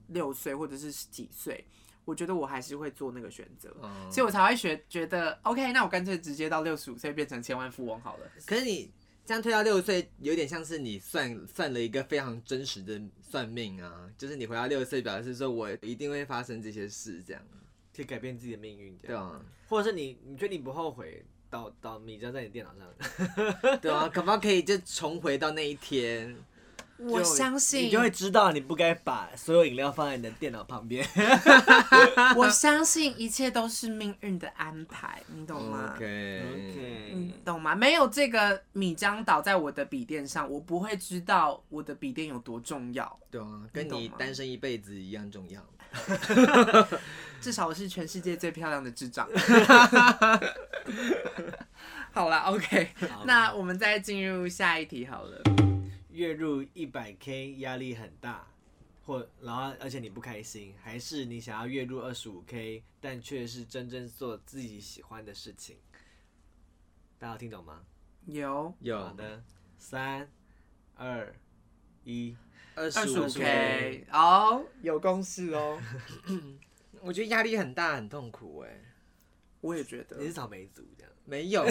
[SPEAKER 3] 六岁或者是几岁，我觉得我还是会做那个选择，
[SPEAKER 2] 嗯，
[SPEAKER 3] 所以我才会学觉得，OK，那我干脆直接到六十五岁变成千万富翁好了。
[SPEAKER 2] 可是你这样推到六岁，有点像是你算算了一个非常真实的算命啊，就是你回到六岁，表示说我一定会发生这些事，这样，
[SPEAKER 1] 去改变自己的命运，这
[SPEAKER 2] 对
[SPEAKER 1] 样，
[SPEAKER 2] 啊，
[SPEAKER 1] 或者是你你觉得你不后悔，倒倒米浆在你电脑上，
[SPEAKER 2] 对啊，可不可以就重回到那一天？
[SPEAKER 3] 我
[SPEAKER 1] 就
[SPEAKER 3] 相信
[SPEAKER 1] 你就会知道你不该把所有饮料放在你的电脑旁边。
[SPEAKER 3] 我相信一切都是命运的安排，你懂
[SPEAKER 2] 嗯
[SPEAKER 3] 吗
[SPEAKER 2] OK
[SPEAKER 1] OK，
[SPEAKER 3] 你懂吗？没有这个米浆倒在我的笔电上，我不会知道我的笔电有多重要。
[SPEAKER 2] 对啊，跟
[SPEAKER 3] 你懂
[SPEAKER 2] 你
[SPEAKER 3] 吗
[SPEAKER 2] 单身一辈子一样重要。
[SPEAKER 3] 至少我是全世界最漂亮的智 障。好啦 o、k 那我们再进入下一题好了。
[SPEAKER 1] 月入一百 K 压力很大，或然后而且你不开心，还是你想要月入二十五 K，但却是真正做自己喜欢的事情。大家听懂吗？
[SPEAKER 3] 有
[SPEAKER 1] 好
[SPEAKER 2] 有
[SPEAKER 1] 的，三、二、一，
[SPEAKER 2] 二
[SPEAKER 3] 二
[SPEAKER 2] 十
[SPEAKER 3] 十
[SPEAKER 2] 五
[SPEAKER 3] 五 K 哦，有公式哦。
[SPEAKER 2] 我觉得压力很大，很痛苦哎、
[SPEAKER 3] 我也觉得
[SPEAKER 1] 你是草莓族这样。
[SPEAKER 2] 没有，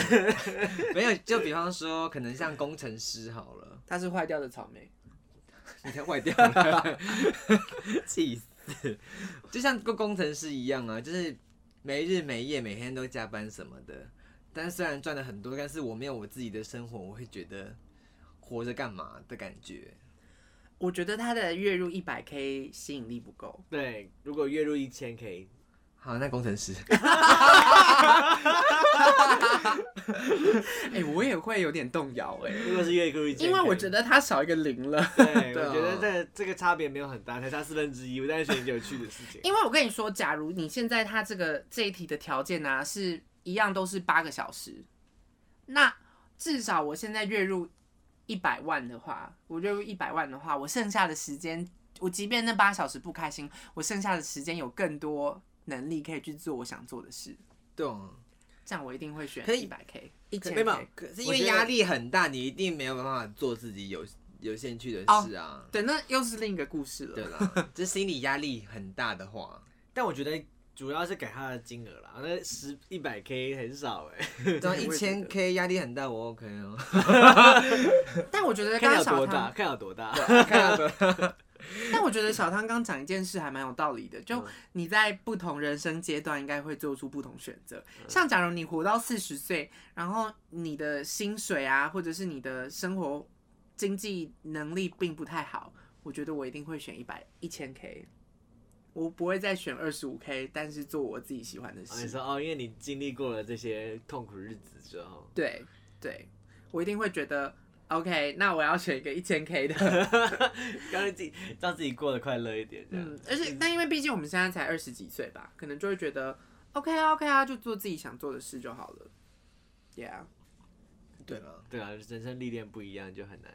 [SPEAKER 2] 没有，就比方说，可能像工程师好了，
[SPEAKER 3] 它是坏掉的草莓。
[SPEAKER 2] 你才坏掉了，气死！就像个工程师一样啊，就是没日没夜，每天都加班什么的。但虽然赚了很多，但是我没有我自己的生活，我会觉得活着干嘛的感觉。
[SPEAKER 3] 我觉得它的月入一百 K 吸引力不够。
[SPEAKER 1] 对，如果月入一千 K，
[SPEAKER 2] 好，那工程 师，
[SPEAKER 3] 哎、我也会有点动摇哎、
[SPEAKER 1] 如果是月入一千，
[SPEAKER 3] 因为我觉。得它少一个零了。
[SPEAKER 1] 对，
[SPEAKER 2] 对啊
[SPEAKER 1] 我觉得这这个差别没有很大，才差四分之一，但是觉得有趣的事情。
[SPEAKER 3] 因为我跟你说，假如你现在他这个这一题的条件呢、是一样都是八个小时，那至少我现在月入一百万的话，我月入一百万的话，我剩下的时间，我即便那八小时不开心，我剩下的时间有更多能力可以去做我想做的事，
[SPEAKER 2] 懂？
[SPEAKER 3] 这样我一定会选
[SPEAKER 2] 可以
[SPEAKER 3] 一百 K，一
[SPEAKER 1] 可
[SPEAKER 3] 千
[SPEAKER 1] 没办
[SPEAKER 3] K
[SPEAKER 1] 法。
[SPEAKER 2] 可是因为压力很大，你一定没有办法做自己有有兴趣的事啊。
[SPEAKER 3] 对，那又是另一个故事
[SPEAKER 2] 对
[SPEAKER 3] 了。
[SPEAKER 2] 啦，就心理压力很大的 话，
[SPEAKER 1] 但我觉得主要是改它的金额啦，那十一百 K 很少哎、
[SPEAKER 2] 对啊，
[SPEAKER 3] 我也
[SPEAKER 2] 一
[SPEAKER 3] 觉得
[SPEAKER 2] 千 K 压力很大，我 OK 哦。
[SPEAKER 3] 但我觉得
[SPEAKER 1] 看
[SPEAKER 3] 刚刚
[SPEAKER 1] 有
[SPEAKER 3] 小
[SPEAKER 1] 多
[SPEAKER 3] 唐
[SPEAKER 1] 大，看有多大。
[SPEAKER 3] 啊
[SPEAKER 2] 看到
[SPEAKER 3] 但我觉得小汤刚讲一件事还蛮有道理的，就
[SPEAKER 1] 嗯
[SPEAKER 3] 你在不同人生阶段应该会做出不同选择。
[SPEAKER 1] 嗯
[SPEAKER 3] 像假如你活到四十岁，然后你的薪水啊，或者是你的生活经济能力并不太好，我觉得我一定会选一百一千 K，我不会再选二十五 K，但是做我自己喜欢的
[SPEAKER 1] 哦你
[SPEAKER 3] 事。
[SPEAKER 1] 说哦，因为你经历过了这些痛苦日子之后，
[SPEAKER 3] 对对，我一定会觉得 OK，那我要选一个一千 K 的。
[SPEAKER 1] 让自己让自己过得快乐一点，这样。
[SPEAKER 3] 嗯，而且但因为毕竟我们现在才二十几岁吧，可能就会觉得 OK 啊 OK 啊，就做自己想做的事就好了。Yeah，
[SPEAKER 2] 对了，
[SPEAKER 1] 对啊，人生历练不一样就很难，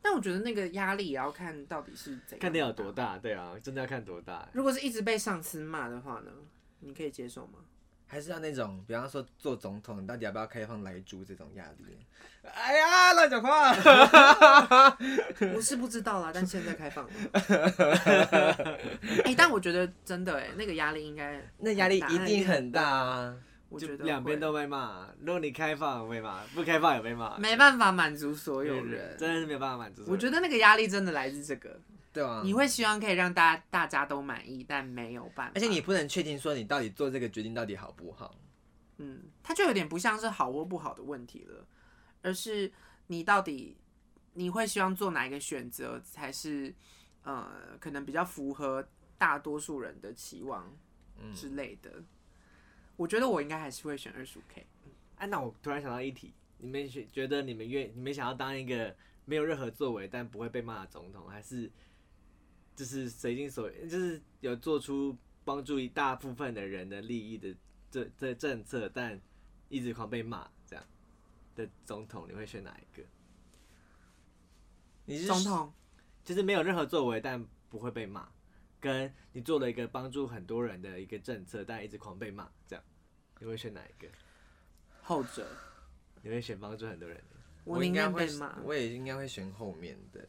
[SPEAKER 3] 但我觉得那个压力也要看到底是怎样，
[SPEAKER 1] 看你有多。大。对啊，真的要看多大。
[SPEAKER 3] 如果是一直被上司骂的话呢，你可以接受吗？
[SPEAKER 2] 还是要那种，比方说做总统，你到底要不要开放来猪这种压力？哎呀，乱讲话！
[SPEAKER 3] 我是不知道啦，但现在开 放了。哎、但我觉得真的哎、那个压力应该
[SPEAKER 2] 那压力一定很大啊。
[SPEAKER 3] 我
[SPEAKER 1] 就
[SPEAKER 3] 觉得
[SPEAKER 1] 两边
[SPEAKER 3] 会
[SPEAKER 1] 都被骂，如果你开放被骂，不开放也被骂，
[SPEAKER 3] 没办法满足所有
[SPEAKER 1] 对对对
[SPEAKER 3] 人。
[SPEAKER 1] 真的是没有办法满足所有人。
[SPEAKER 3] 我觉得那个压力真的来自这个，
[SPEAKER 2] 对啊，
[SPEAKER 1] 嗯
[SPEAKER 3] 你会希望可以让大家大家都满意，但没有办法。
[SPEAKER 2] 而且你不能确定说你到底做这个决定到底好不好。
[SPEAKER 3] 嗯，它就有点不像是好或不好的问题了，而是你到底你会希望做哪一个选择才是呃，可能比较符合大多数人的期望
[SPEAKER 2] 嗯
[SPEAKER 3] 之类的。我觉得我应该还是会选二十五 K。
[SPEAKER 1] 哎、那我突然想到一题，你们觉觉得你们愿你们想要当一个没有任何作为但不会被骂的总统，还是就是随心所欲，就是有做出帮助一大部分的人的利益的这这政策，但一直狂被骂这样的总统，你会选哪一个？
[SPEAKER 2] 你是
[SPEAKER 3] 总统，
[SPEAKER 1] 就是没有任何作为但不会被骂，跟你做了一个帮助很多人的一个政策，但一直狂被骂这样，你会选哪一个？
[SPEAKER 3] 后者，
[SPEAKER 1] 你会选帮助很多人的？
[SPEAKER 3] 我
[SPEAKER 2] 应
[SPEAKER 3] 宁
[SPEAKER 2] 该
[SPEAKER 3] 愿
[SPEAKER 2] 会
[SPEAKER 3] 被骂，，
[SPEAKER 2] 我也应该会选后面的。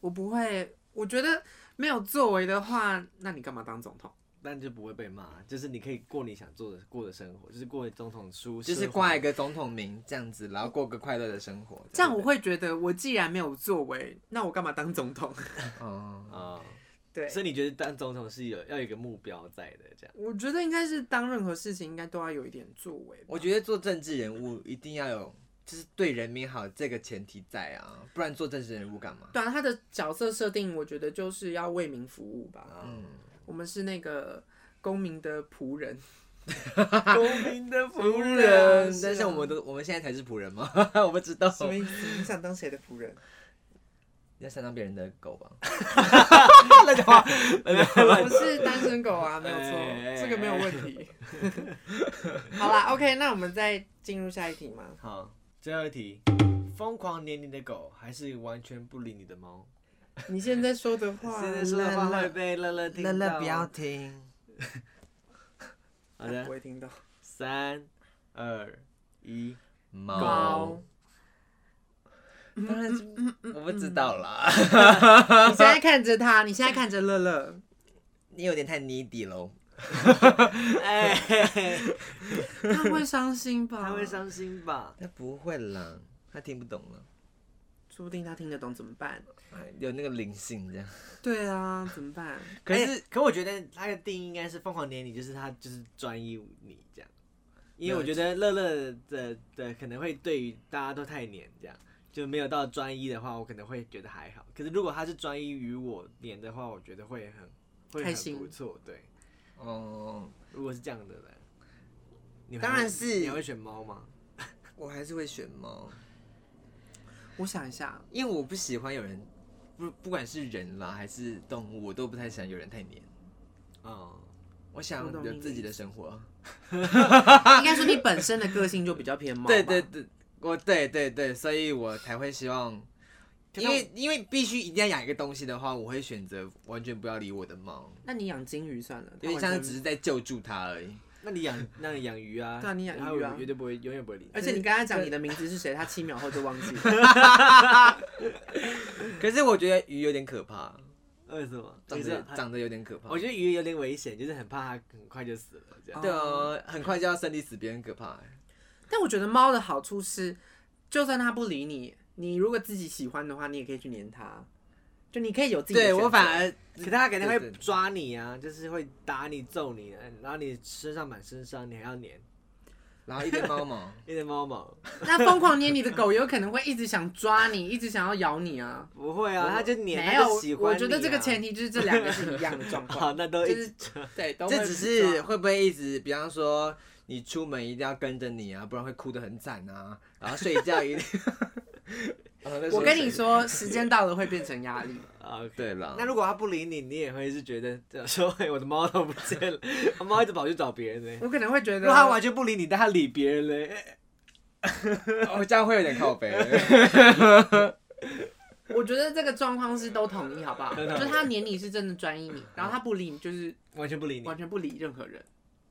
[SPEAKER 3] 我不会。我觉得没有作为的话，那你干嘛当总统？
[SPEAKER 1] 但就不会被骂，就是你可以过你想做的过的生活，就是过总统舒适
[SPEAKER 2] 就
[SPEAKER 1] 化，
[SPEAKER 2] 是挂一个总统名这样子，然后过个快乐的生活。
[SPEAKER 3] 这样我会觉得，我既然没有作为，那我干嘛当总统？
[SPEAKER 2] 哦，
[SPEAKER 1] 啊、
[SPEAKER 3] 对，
[SPEAKER 1] 所以你觉得当总统是有要有一个目标在的，这样
[SPEAKER 3] 我觉得应该是当任何事情应该都要有一点作为吧。
[SPEAKER 2] 我觉得做政治人物一定要有，就是对人民好这个前提在啊，不然做政治人物干嘛？
[SPEAKER 3] 对啊，他的角色设定，我觉得就是要为民服务吧。
[SPEAKER 2] 嗯
[SPEAKER 1] 啊，
[SPEAKER 3] 我们是那个公民的仆人，
[SPEAKER 1] 公民的服务
[SPEAKER 2] 仆
[SPEAKER 3] 人
[SPEAKER 2] 但
[SPEAKER 3] 是
[SPEAKER 2] 是
[SPEAKER 3] 啊
[SPEAKER 2] 我们都我们现在才是仆人吗？ 我不知道，
[SPEAKER 3] 意思？你想当谁的仆 人？
[SPEAKER 2] 要想当别人的狗吧？
[SPEAKER 3] 哎我是单身狗啊，没有
[SPEAKER 1] 哎
[SPEAKER 3] 错，这个没有问题。 好啦，OK，那我们再进入下一题吗？
[SPEAKER 1] 好，最后一题，疯狂黏你的狗还是完全不理你的猫？
[SPEAKER 3] 你现在说的话，
[SPEAKER 1] 现在说的话
[SPEAKER 2] 乐乐
[SPEAKER 1] 会被乐乐听到。哦
[SPEAKER 2] 听。
[SPEAKER 1] 好
[SPEAKER 3] 不
[SPEAKER 1] 的，
[SPEAKER 3] 会听到。
[SPEAKER 1] 三二 一，
[SPEAKER 2] 猫，当然是我不知道啦，
[SPEAKER 3] 你现在看着他，你现在看着乐乐，
[SPEAKER 2] 你有点太 needy 喽。
[SPEAKER 1] 哎，
[SPEAKER 3] 他会伤心吧？
[SPEAKER 1] 他会，伤心吧？
[SPEAKER 2] 那不会啦，他听不懂了，
[SPEAKER 3] 说不定他听得懂怎么办？
[SPEAKER 2] 有那个灵性这样。
[SPEAKER 3] 对啊，怎么办？
[SPEAKER 2] 可是
[SPEAKER 1] 哎可我觉得他的定义应该是疯狂黏你，就是他就是专一你这样，因为我觉得乐乐的的可能会对于大家都太黏这样，就没有到专一的话，我可能会觉得还好。可是如果他是专一于我黏的话，我觉得会很会
[SPEAKER 3] 开
[SPEAKER 1] 很
[SPEAKER 3] 心
[SPEAKER 1] 不错。对，
[SPEAKER 2] 哦，
[SPEAKER 1] 如果是这样的人，你还
[SPEAKER 2] 当然
[SPEAKER 1] 会
[SPEAKER 2] 是
[SPEAKER 1] 你还会选猫吗？
[SPEAKER 2] 我还是会选猫，
[SPEAKER 3] 我想一下，
[SPEAKER 2] 因为我不喜欢有人，不不管是人啦还是动物，我都不太喜欢有人太黏。
[SPEAKER 1] 嗯，
[SPEAKER 2] 我想
[SPEAKER 3] 我懂你的
[SPEAKER 2] 有自己
[SPEAKER 3] 意
[SPEAKER 2] 的生活。
[SPEAKER 3] 啊 应该说你本身的个性就比较偏猫吧。
[SPEAKER 2] 对对对，我对对对，所以我才会希望，
[SPEAKER 1] 可是
[SPEAKER 2] 因为因为必须一定要养一个东西的话，我会选择完全不要理我的猫，
[SPEAKER 3] 那你养金鱼算了，
[SPEAKER 2] 有点像是
[SPEAKER 3] 它完全
[SPEAKER 2] 只是在救助它而 已。
[SPEAKER 1] 那你养那你养鱼啊，
[SPEAKER 3] 对啊你养
[SPEAKER 1] 然后
[SPEAKER 3] 鱼啊
[SPEAKER 1] 绝对不会永远不会理你。
[SPEAKER 3] 而且你刚才讲你的名字是谁，他七秒后就忘记了。
[SPEAKER 2] 可是我觉得鱼有点可怕，
[SPEAKER 1] 为什么？
[SPEAKER 2] 长
[SPEAKER 1] 就是
[SPEAKER 2] 得
[SPEAKER 1] 它
[SPEAKER 2] 长得有点可怕
[SPEAKER 1] 我。觉得鱼有点危险，就是很怕它很快就死了这样。
[SPEAKER 2] 对啊，很快就要生离死别，很可怕欸。
[SPEAKER 3] 但我觉得猫的好处是，就算它不理你，你如果自己喜欢的话，你也可以去黏它，就你可以有自己的
[SPEAKER 2] 对
[SPEAKER 3] 选择
[SPEAKER 2] 我反 而
[SPEAKER 1] 可他肯定
[SPEAKER 2] 对
[SPEAKER 1] 会
[SPEAKER 2] 对对
[SPEAKER 1] 抓你啊，就是会打你、揍你，啊然后你身上满身伤，你还要粘
[SPEAKER 2] 然后一堆猫毛，
[SPEAKER 1] 一堆猫毛。
[SPEAKER 3] 那疯狂黏你的狗，有可能会一直想抓你，一直想要咬你啊。
[SPEAKER 1] 不会啊，他就粘，
[SPEAKER 3] 没
[SPEAKER 1] 他就喜
[SPEAKER 3] 有，
[SPEAKER 1] 欢、
[SPEAKER 3] 我觉得
[SPEAKER 2] 啊
[SPEAKER 3] 这个前
[SPEAKER 1] 提，
[SPEAKER 3] 提就是这两个是一样的状
[SPEAKER 1] 好，
[SPEAKER 3] 况，
[SPEAKER 1] 那都
[SPEAKER 3] 就
[SPEAKER 1] 一
[SPEAKER 3] 是
[SPEAKER 1] 直
[SPEAKER 3] 对，都会
[SPEAKER 2] 这只是会不会一直，比方说你出门一定要跟着你啊，不然会哭得很惨啊，然后睡觉一定。 啊
[SPEAKER 3] 我跟你，说，时间到了会变成 压力。
[SPEAKER 1] 啊，OK。
[SPEAKER 2] 对了
[SPEAKER 1] 那如果他不理你，你也会是觉得说，哎，我的猫都不见了，我猫一直跑去找别人嘞。
[SPEAKER 3] 我可能会觉
[SPEAKER 1] 如
[SPEAKER 3] 得，
[SPEAKER 1] 果他完全不理你，但他理别人嘞，哎
[SPEAKER 2] 那哦我这样会有点靠 背。
[SPEAKER 3] 我觉得这个状况是都统一，好不好？
[SPEAKER 1] 都统一
[SPEAKER 3] 就是他黏你是真的专一你，然后他不理你就是
[SPEAKER 1] 完全不理你
[SPEAKER 3] 完。全不理任何人，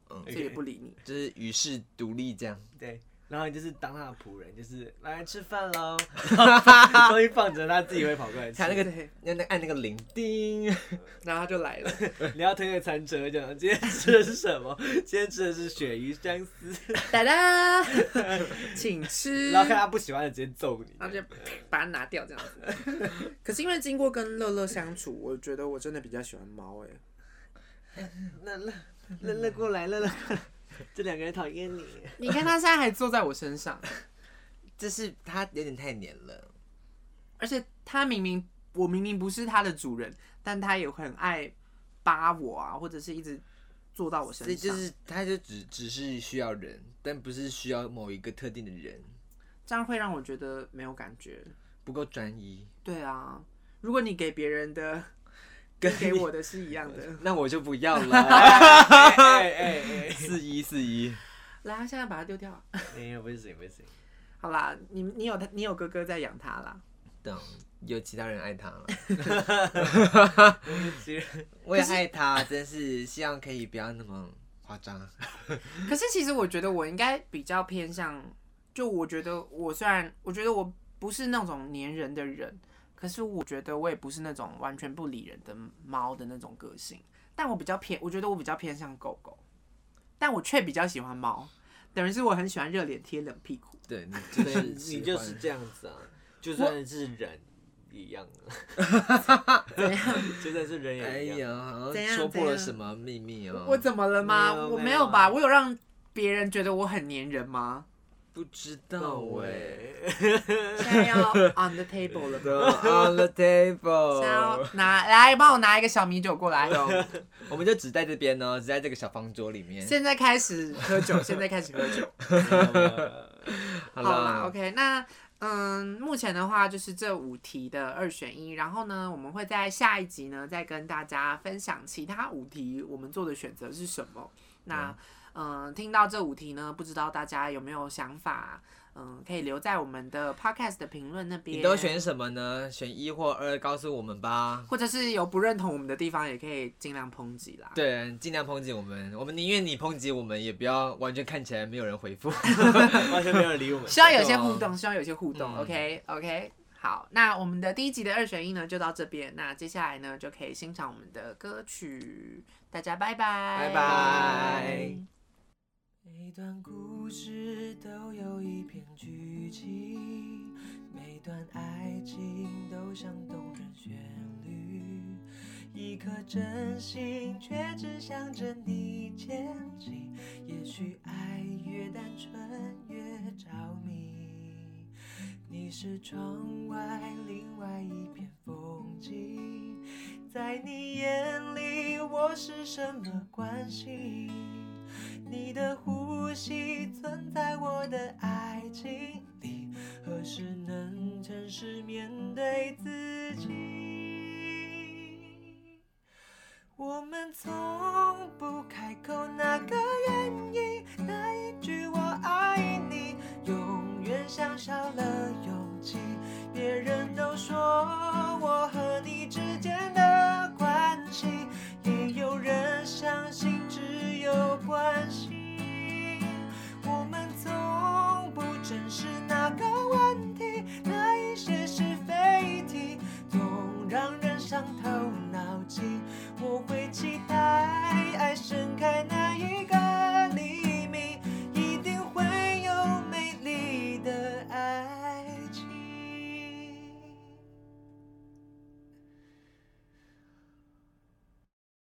[SPEAKER 2] 嗯
[SPEAKER 3] 所以也不理你。
[SPEAKER 2] 就是与世独立这样。
[SPEAKER 1] 对，然后你就是当他的仆人，就是来吃饭喽，然后 东西放着，他自己会跑过来吃。
[SPEAKER 2] 看那个
[SPEAKER 3] 对，
[SPEAKER 2] 那那按那个铃，
[SPEAKER 1] 叮，
[SPEAKER 3] 然后他就来了。
[SPEAKER 1] 你要推个餐车，这样今天吃的是什么？ 今天吃的是鳕鱼香丝，
[SPEAKER 3] 哒哒，请吃。
[SPEAKER 1] 然后看他不喜欢的直接揍你。
[SPEAKER 3] 然后就把它拿掉这样子。可是因为经过跟乐乐相处，我觉得我真的比较喜欢猫哎、
[SPEAKER 1] 乐乐乐乐过来，乐乐过来，这两个人讨厌你。
[SPEAKER 3] 你看它现在还坐在我身上，
[SPEAKER 2] 这是它有点太黏了。
[SPEAKER 3] 而且它明明我明明不是它的主人，但它也很爱扒我啊，或者是一直坐到我身
[SPEAKER 2] 所以
[SPEAKER 3] 上。
[SPEAKER 2] 就是它就只只是需要人，但不是需要某一个特定的人，
[SPEAKER 3] 这样会让我觉得没有感觉。
[SPEAKER 2] 不够专一。
[SPEAKER 3] 对啊，如果你给别人 的跟给我的是一样 的。
[SPEAKER 2] 那我就不要 了，
[SPEAKER 1] 哎哎哎哎！
[SPEAKER 2] 四一四一，
[SPEAKER 3] 来，现在把它丢掉。
[SPEAKER 1] 没有，不行不行。
[SPEAKER 3] 好啦，你你有你有哥哥在养它啦。
[SPEAKER 2] 等有其他人爱 它了，
[SPEAKER 1] 其实
[SPEAKER 2] 我也爱它，真是希望可以不要那么夸张。
[SPEAKER 3] 可是其实我觉得我应该比较偏向，就我觉得我虽然我觉得我不是那种粘人的人，可是我觉得我也不是那种完全不理人的猫的那种个性，但我比较偏，我觉得我比较偏向狗狗，但我却比较喜欢猫，等于是我很喜欢热脸贴冷屁股。
[SPEAKER 2] 对你就是
[SPEAKER 1] 你
[SPEAKER 2] 喜
[SPEAKER 1] 就
[SPEAKER 2] 欢
[SPEAKER 1] 是这样子啊，就算是人一样啊， 就算是人
[SPEAKER 2] 哎
[SPEAKER 1] 也一样。
[SPEAKER 2] 呀，好
[SPEAKER 3] 怎
[SPEAKER 2] 像
[SPEAKER 3] 样
[SPEAKER 2] 戳破了
[SPEAKER 3] 怎样
[SPEAKER 2] 什么秘密哦！
[SPEAKER 3] 我怎么了吗？
[SPEAKER 1] 没有
[SPEAKER 3] 嗯我没
[SPEAKER 1] 没有
[SPEAKER 3] 有啊吧？我有让别人觉得我很粘人吗？
[SPEAKER 2] 不知
[SPEAKER 1] 哦
[SPEAKER 2] 道哎。
[SPEAKER 3] 现在 要 on the table 了。
[SPEAKER 2] On the
[SPEAKER 3] 现在要
[SPEAKER 2] table，
[SPEAKER 3] 拿来帮我拿一个小米酒过来。
[SPEAKER 2] 我们就只在这边哦呢，只在这个小方桌里面。
[SPEAKER 3] 现在开始喝 酒，现在开始喝酒。
[SPEAKER 2] 好
[SPEAKER 3] 好啦
[SPEAKER 2] 了，
[SPEAKER 3] ，OK，那嗯，目前的话就是这五题的二选一，然后呢，我们会在下一集呢再跟大家分享其他五题我们做的选择是什么。那嗯，听到这五题呢，不知道大家有没有想法？嗯，可以留在我们的 podcast 的评论那边。
[SPEAKER 2] 你都选什么呢？选一或二，告诉我们吧。
[SPEAKER 3] 或者是有不认同我们的地方，也可以尽量抨击啦。
[SPEAKER 2] 对，尽量抨击我们，我们宁愿你抨击我们，也不要完全看起来没有人回复。
[SPEAKER 1] 完全没有人理我们。
[SPEAKER 3] 希望有些互动，希望有些互动。OK OK，好，那我们的第一集的二选一呢就到这边，那接下来呢就可以欣赏我们的歌曲，大家拜拜，
[SPEAKER 2] 拜拜。
[SPEAKER 4] 每段故事都有一篇剧情，每段爱情都像动人旋律。一颗真心却只想着你前进，也许爱越单纯越着迷。你是窗外另外一片风景，在你眼里我是什么关系？你的呼吸存在我的爱情里，何时能诚实面对自己？我们从不开口，那个原因，那一句我爱你，永远像少了勇气。别人都说我和你之间的关系，也有人相信只有关系。我们从不正视那个